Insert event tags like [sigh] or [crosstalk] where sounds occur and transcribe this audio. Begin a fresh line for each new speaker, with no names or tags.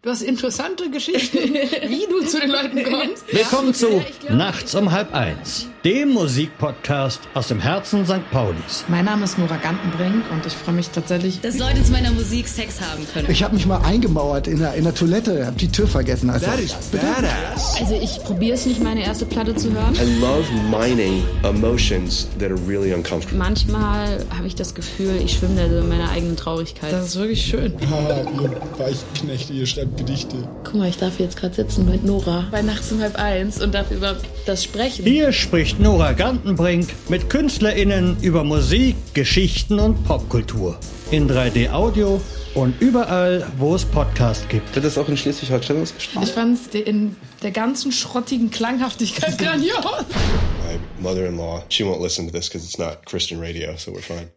Du hast interessante Geschichten, [laughs] wie du zu den Leuten kommst.
Willkommen zu Nachts um halb eins, dem Musikpodcast aus dem Herzen St. Paulis.
Mein Name ist Nora Gantenbrink und ich freue mich tatsächlich.
Dass Leute zu meiner Musik Sex haben können.
Ich habe mich mal eingemauert in der, in der Toilette, habe die Tür vergessen. Also,
Also ich probiere es nicht, meine erste Platte zu hören.
I love mining emotions that are really uncomfortable.
Manchmal habe ich das Gefühl, ich schwimme da so in meiner eigenen Traurigkeit.
Das ist wirklich schön.
Ah, ihr Weichknechte, ihr schreibt Gedichte.
Guck mal, ich darf jetzt gerade sitzen mit Nora bei nachts um halb eins und darf über das sprechen.
Hier spricht Nora Gantenbrink mit KünstlerInnen über Musik, Geschichten und Popkultur. In 3D-Audio und überall, wo es Podcast gibt.
Wird das auch in Schleswig-Holstein ausgestrahlt?
Ich fand es in der ganzen schrottigen Klanghaftigkeit [laughs] grandios.
My mother in law, she won't listen to this because it's not Christian radio, so we're fine.